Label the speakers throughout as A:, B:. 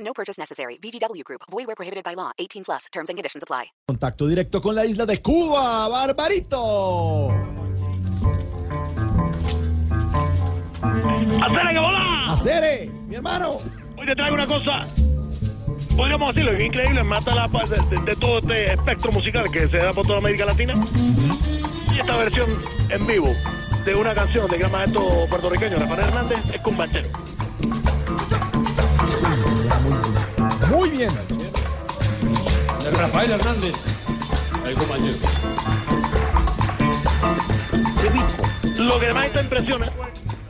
A: No purchase necessary. VGW Group. Void where prohibited by law. 18 plus. Terms and conditions apply.
B: Contacto directo con la isla de Cuba, Barbarito.
C: ¡Hacele que volá!
B: Acere, mi hermano.
C: Hoy te traigo una cosa. Podríamos decirlo, que es increíble, mata la paz de, de- de todo este espectro musical que se da por toda América Latina. Y esta versión en vivo de una canción del gran maestro puertorriqueño Rafael Hernández es con Banchero.
B: Muy bien.
D: De Rafael Hernández, el compañero.
C: Lo que más te impresiona,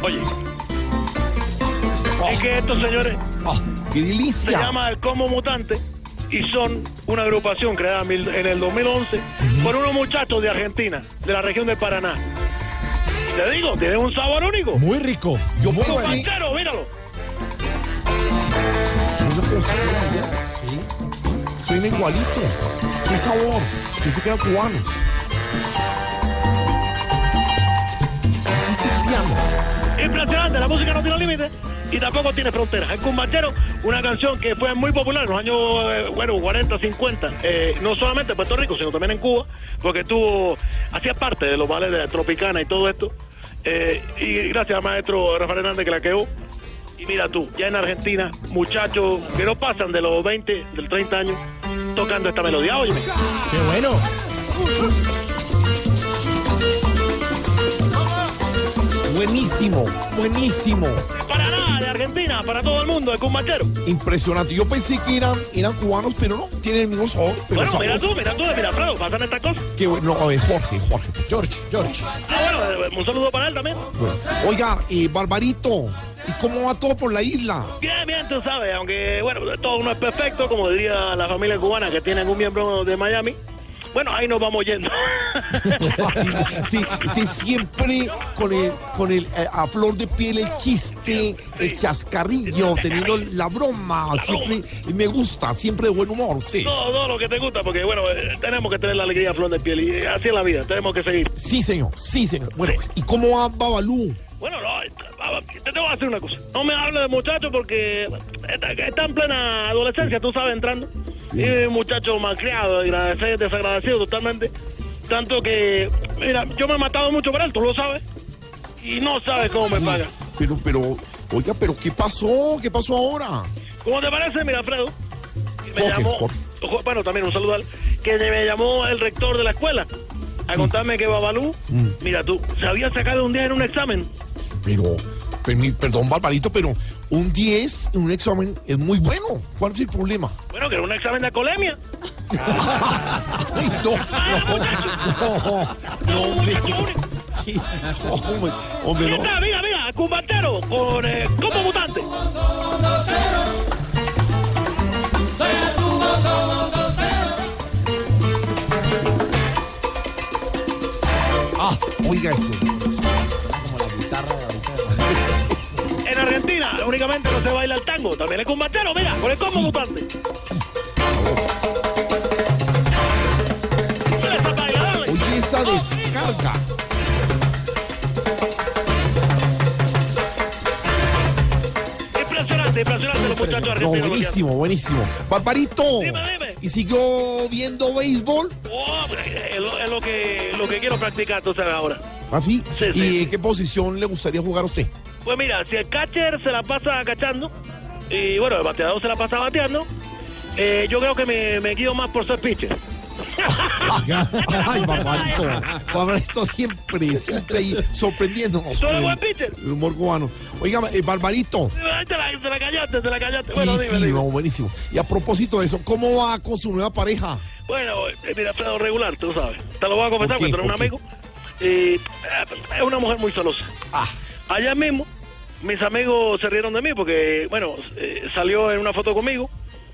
C: oye, es que estos señores
B: Ah, ¡Qué
C: se
B: delicia!
C: llama el Como Mutante y son una agrupación creada mil- en el 2011 por unos muchachos de Argentina, de la región de Paraná. Y Te digo, tiene un sabor único.
B: Muy rico. Yo muy
C: Con
B: sí.
C: Banchero, míralo.
B: Suena igualito. Qué sabor. Dice que eran cubanos.
C: Impresionante, la música no tiene límites y tampoco tiene fronteras. El Cumbachero, una canción que fue muy popular en los años eh, bueno, 40, 50, eh, no solamente en Puerto Rico, sino también en Cuba, porque tuvo, hacía parte de los vales de la Tropicana y todo esto. Eh, y gracias al maestro Rafael Hernández que la quedó. Y mira tú, ya en Argentina, muchachos que no pasan de los 20, del 30 años, tocando esta melodía. Oye,
B: ¡Qué bueno! Buenísimo, buenísimo.
C: para nada, de Argentina, para todo el mundo, el Cumbachero.
B: Impresionante. Yo pensé que eran, eran cubanos, pero no. Tienen el mismo sabor. Pero
C: Bueno, mira
B: sabroso.
C: tú, mira tú, mira, Prado, pasan estas cosas.
B: Qué bueno. No, eh, Jorge, Jorge. George, George.
C: Ah, bueno, eh, un saludo para él también.
B: Bueno, Oiga, eh, Barbarito, ¿y cómo va todo por la isla?
C: Bien, bien, tú sabes, aunque bueno, todo no es perfecto, como diría la familia cubana que tiene algún miembro de Miami. Bueno, ahí nos vamos yendo.
B: sí, sí, siempre con el, con el eh, a flor de piel el chiste, el chascarrillo, teniendo la broma, siempre y me gusta, siempre de buen humor, sí.
C: todo, todo lo que te gusta, porque bueno, eh, tenemos que tener la alegría a flor de piel y eh, así es la vida, tenemos que seguir.
B: Sí, señor, sí, señor. Bueno, ¿y cómo va Babalú?
C: Bueno, no, eh, te tengo que hacer una cosa. No me hables de muchachos porque está, está en plena adolescencia, tú sabes, entrando. Y muchacho malcriado, agradecido, desagradecido totalmente. Tanto que, mira, yo me he matado mucho por él, tú lo sabes. Y no sabes cómo me paga.
B: Pero, pero, oiga, pero ¿qué pasó? ¿Qué pasó ahora?
C: ¿Cómo te parece, mira, Alfredo? Me
B: Jorge,
C: llamó,
B: Jorge.
C: Jo- bueno, también un saludo al- que me llamó el rector de la escuela a contarme que Babalú,
B: Mm.
C: mira tú, se había sacado un día en un examen.
B: Pero, permi- perdón, Barbarito, pero un 10 en un examen es muy bueno. ¿Cuál es el problema?
C: Bueno, que era un examen de acolemia.
B: Ay, no, no, no, no, hombre. Sí, hombre, hombre,
C: Aquí
B: no.
C: está, mira, mira, Cumbatero con eh, Combo Mutante.
B: Ah, oiga eso.
C: En Argentina únicamente no se baila el tango, también es Cumbatero, mira, con el Combo Mutante. Dale esa baila, dale.
B: Oye esa descarga.
C: Impresionante, impresionante los muchachos
B: No,
C: argentinos. lo que hacen.
B: buenísimo, buenísimo. Barbarito.
C: Dime, dime.
B: ¿Y siguió viendo béisbol?
C: Oh, es lo, es lo que, lo que quiero practicar, tú sabes, ahora.
B: Así.
C: Sí, sí,
B: ¿Ah, ¿Y
C: sí.
B: en qué posición le gustaría jugar a usted?
C: Pues mira, si el catcher se la pasa cachando, y bueno, el bateador se la pasa bateando, eh, yo creo que me, me guío más por ser pitcher.
B: Ay, Barbarito. Barbarito siempre, siempre ahí sorprendiéndonos.
C: ¿Tú eres
B: con el-
C: buen pitcher?
B: El humor cubano. Oiga, eh, Barbarito.
C: Ay, Te la, te la callaste, te la callaste.
B: Sí,
C: bueno, dime,
B: sí,
C: dime.
B: no, buenísimo. Y a propósito de eso, ¿cómo va con su nueva pareja?
C: Bueno, eh, mira, Fredo regular, tú sabes. Te lo voy a confesar
B: ¿Por
C: porque
B: qué?
C: tú eres un
B: ¿Por qué?
C: amigo. Y, eh, es una mujer muy celosa.
B: Ah,
C: Allá mismo mis amigos se rieron de mí porque, bueno, eh, salió en una foto conmigo.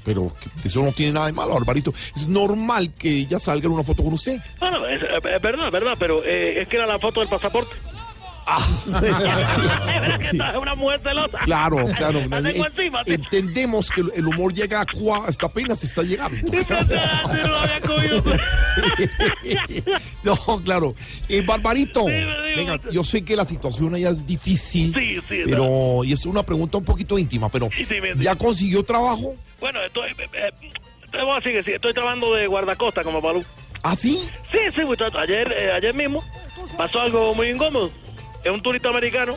B: Pero que eso no tiene nada de malo, Barbarito. Es normal que ella salga en una foto con usted.
C: No, no, es, es verdad, es verdad, pero eh, es que era la foto del pasaporte. Es verdad que
B: Sí.
C: esta es una mujer celosa.
B: Claro, claro.
C: La tengo encima, sí.
B: Entendemos que el- el humor llega a cua, hasta apenas está llegando.
C: Impresionante, no lo había cogido.
B: No, claro. Eh, Barbarito,
C: me digo.
B: venga, yo sé que la situación allá es difícil,
C: Sí, sí,
B: pero, y es una pregunta un poquito íntima, pero
C: Sí, dime,
B: ¿ya consiguió trabajo?
C: Bueno, estoy, eh, eh, te voy a decir que sí, estoy trabajando de guardacosta como Palú.
B: ¿Ah, sí?
C: Sí, sí, muchachos. Ayer, eh, ayer mismo pasó algo muy incómodo. Es un turista americano.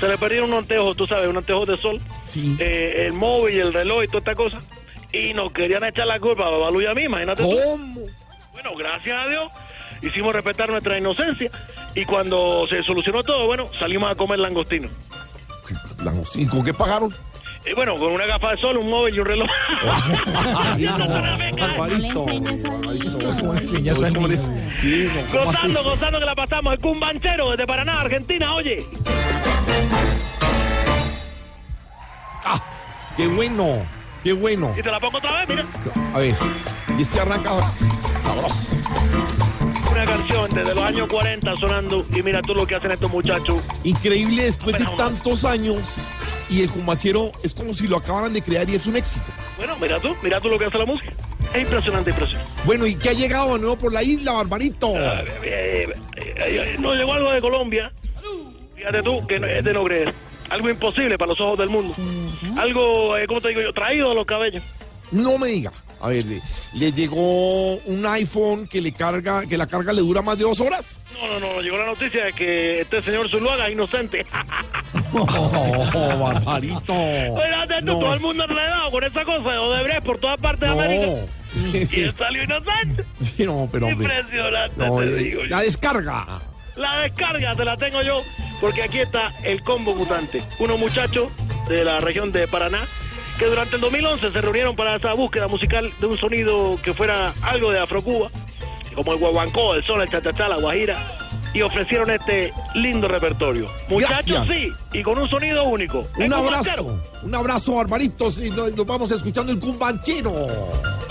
C: Se le perdieron unos anteojos, tú sabes, unos anteojos de sol.
B: Sí.
C: Eh, el móvil, el reloj y toda esta cosa. Y nos querían echar la culpa a Babalu y a mí, imagínate. tú.
B: ¿Cómo?
C: Eh, Bueno, gracias a Dios hicimos respetar nuestra inocencia. Y cuando se solucionó todo, bueno, salimos a comer langostino.
B: ¿Y con qué pagaron?
C: Y bueno, con una gafa de sol, un móvil y un reloj.
B: Ay, no,
E: No le enseñes al
B: Barbarito,
E: niño.
B: ¿cómo le enseñas al niño? Sí, no, ¿cómo así?
C: gozando, gozando que la pasamos. El cumbanchero desde Paraná, Argentina, oye.
B: Ah, ¡Qué bueno! ¡Qué bueno!
C: Y te la pongo otra vez, mira.
B: A ver, y es que arranca sabroso.
C: Una canción desde los años 40 sonando y mira tú lo que hacen estos muchachos.
B: Increíble después de
C: Bueno.
B: tantos años y el cumachero es como si lo acabaran de crear y es un éxito.
C: Bueno, mira tú, mira tú lo que hace la música. Es impresionante, impresionante.
B: Bueno, ¿y qué ha llegado de nuevo por la isla, Barbarito?
C: Eh, eh, eh, no llegó algo de Colombia. Fíjate tú, que no, es de no creer. Algo imposible para los ojos del mundo. Algo, eh, ¿cómo te digo yo? Traído de los cabellos.
B: No me diga. A ver, le, le llegó un iPhone que le carga, que la carga le dura más de dos horas.
C: No, no, no, llegó la noticia de que este señor Zuluaga es inocente.
B: Oh, Barbarito.
C: Fíjate tú,
B: No.
C: Pues todo el mundo enredado con esa cosa de Odebrecht por todas partes de América.
B: No.
C: Y él salió inocente.
B: Sí, no, pero hombre.
C: Impresionante,
B: No,
C: te
B: eh,
C: digo yo.
B: la descarga.
C: La descarga te la tengo yo, porque aquí está el combo mutante. Unos muchachos de la región de Paraná que durante el 2011 se reunieron para esa búsqueda musical de un sonido que fuera algo de Afrocuba, como el guaguancó, el sol, el chachachá, la guajira, y ofrecieron este lindo repertorio. Muchachos,
B: Gracias.
C: sí, y con un sonido único.
B: Un
C: Es como
B: abrazo.
C: entero.
B: Un abrazo, Barbaritos. Y nos, nos vamos escuchando el cumbanchero.